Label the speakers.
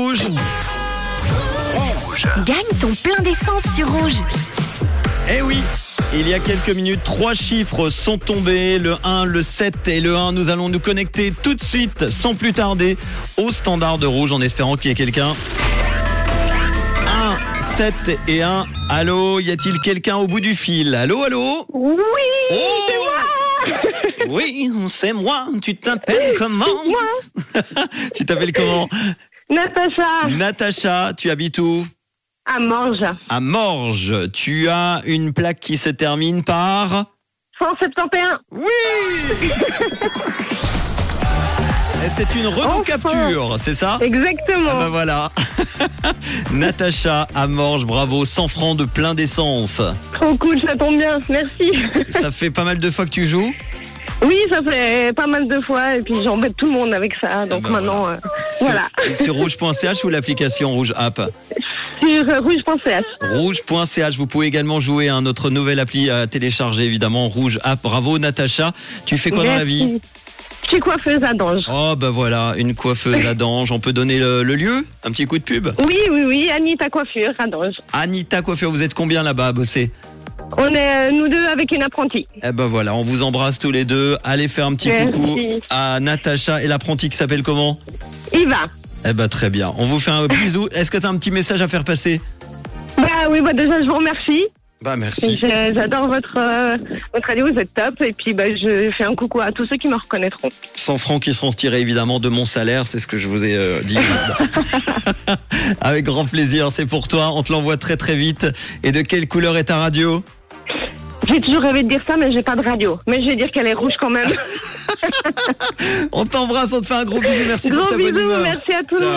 Speaker 1: Rouge.
Speaker 2: Gagne ton plein d'essence sur rouge.
Speaker 1: Eh oui il y a quelques minutes, trois chiffres sont tombés, le 1, le 7 et le 1. Nous allons nous connecter tout de suite, sans plus tarder, au standard de rouge en espérant qu'il y ait quelqu'un. 1, 7 et 1. Allô, y a-t-il quelqu'un au bout du fil Allô, allô
Speaker 3: Oui,
Speaker 1: Oh Oui, c'est moi. Tu t'appelles comment
Speaker 3: moi, Ah.
Speaker 1: Tu t'appelles comment
Speaker 3: Natacha,
Speaker 1: Natacha, tu habites où
Speaker 3: à Morges,
Speaker 1: à Morges. Tu as une plaque qui se termine par
Speaker 3: 171.
Speaker 1: Oui. Et C'est une Renault
Speaker 3: Enfin.
Speaker 1: Capture, c'est ça
Speaker 3: Exactement.
Speaker 1: Ah bah voilà. Natacha à Morges, bravo, 100 francs de plein d'essence.
Speaker 3: Trop cool, ça tombe bien. Merci.
Speaker 1: Ça fait pas mal de fois que tu joues.
Speaker 3: Oui, ça fait pas mal de fois et puis j'embête tout le monde avec ça. Donc
Speaker 1: bah
Speaker 3: maintenant, euh,
Speaker 1: Sur-
Speaker 3: voilà.
Speaker 1: Sur rouge.ch ou l'application Rouge App
Speaker 3: Sur euh, rouge.ch.
Speaker 1: Rouge.ch, vous pouvez également jouer à notre nouvelle appli à télécharger évidemment, Rouge App. Bravo Natacha, tu fais quoi dans la vie
Speaker 3: Merci. Je suis coiffeuse à Dange.
Speaker 1: Oh bah voilà, une coiffeuse à Dange, on peut donner le, le lieu Un petit coup de pub
Speaker 3: Oui, oui, oui, Annie, ta coiffure à Dange.
Speaker 1: Anita Coiffure, vous êtes combien là-bas à bosser
Speaker 3: On est euh, nous deux avec une apprentie.
Speaker 1: Eh ben voilà, on vous embrasse tous les deux, allez faire un petit
Speaker 3: Merci.
Speaker 1: coucou à Natacha et l'apprenti qui s'appelle comment
Speaker 3: Iva.
Speaker 1: Eh ben très bien, on vous fait un bisou. Est-ce que t'as un petit message à faire passer
Speaker 3: Bah oui, bah déjà, je vous remercie.
Speaker 1: Bah merci.
Speaker 3: Je- J'adore votre, euh, votre radio, vous êtes top. Et puis, bah, je fais un coucou à tous ceux qui me reconnaîtront.
Speaker 1: 100 francs qui seront retirés évidemment de mon salaire, c'est ce que je vous ai euh, dit. Avec grand plaisir, c'est pour toi, on te l'envoie très très vite. Et de quelle couleur est ta radio
Speaker 3: J'ai toujours rêvé de dire ça, mais j'ai pas de radio. Mais je vais dire qu'elle est rouge quand même.
Speaker 1: On t'embrasse, on te fait un gros bisou, merci
Speaker 3: Gros
Speaker 1: pour ta bonne
Speaker 3: bisous,
Speaker 1: humeur.
Speaker 3: merci à tout le
Speaker 1: Ciao.
Speaker 3: monde.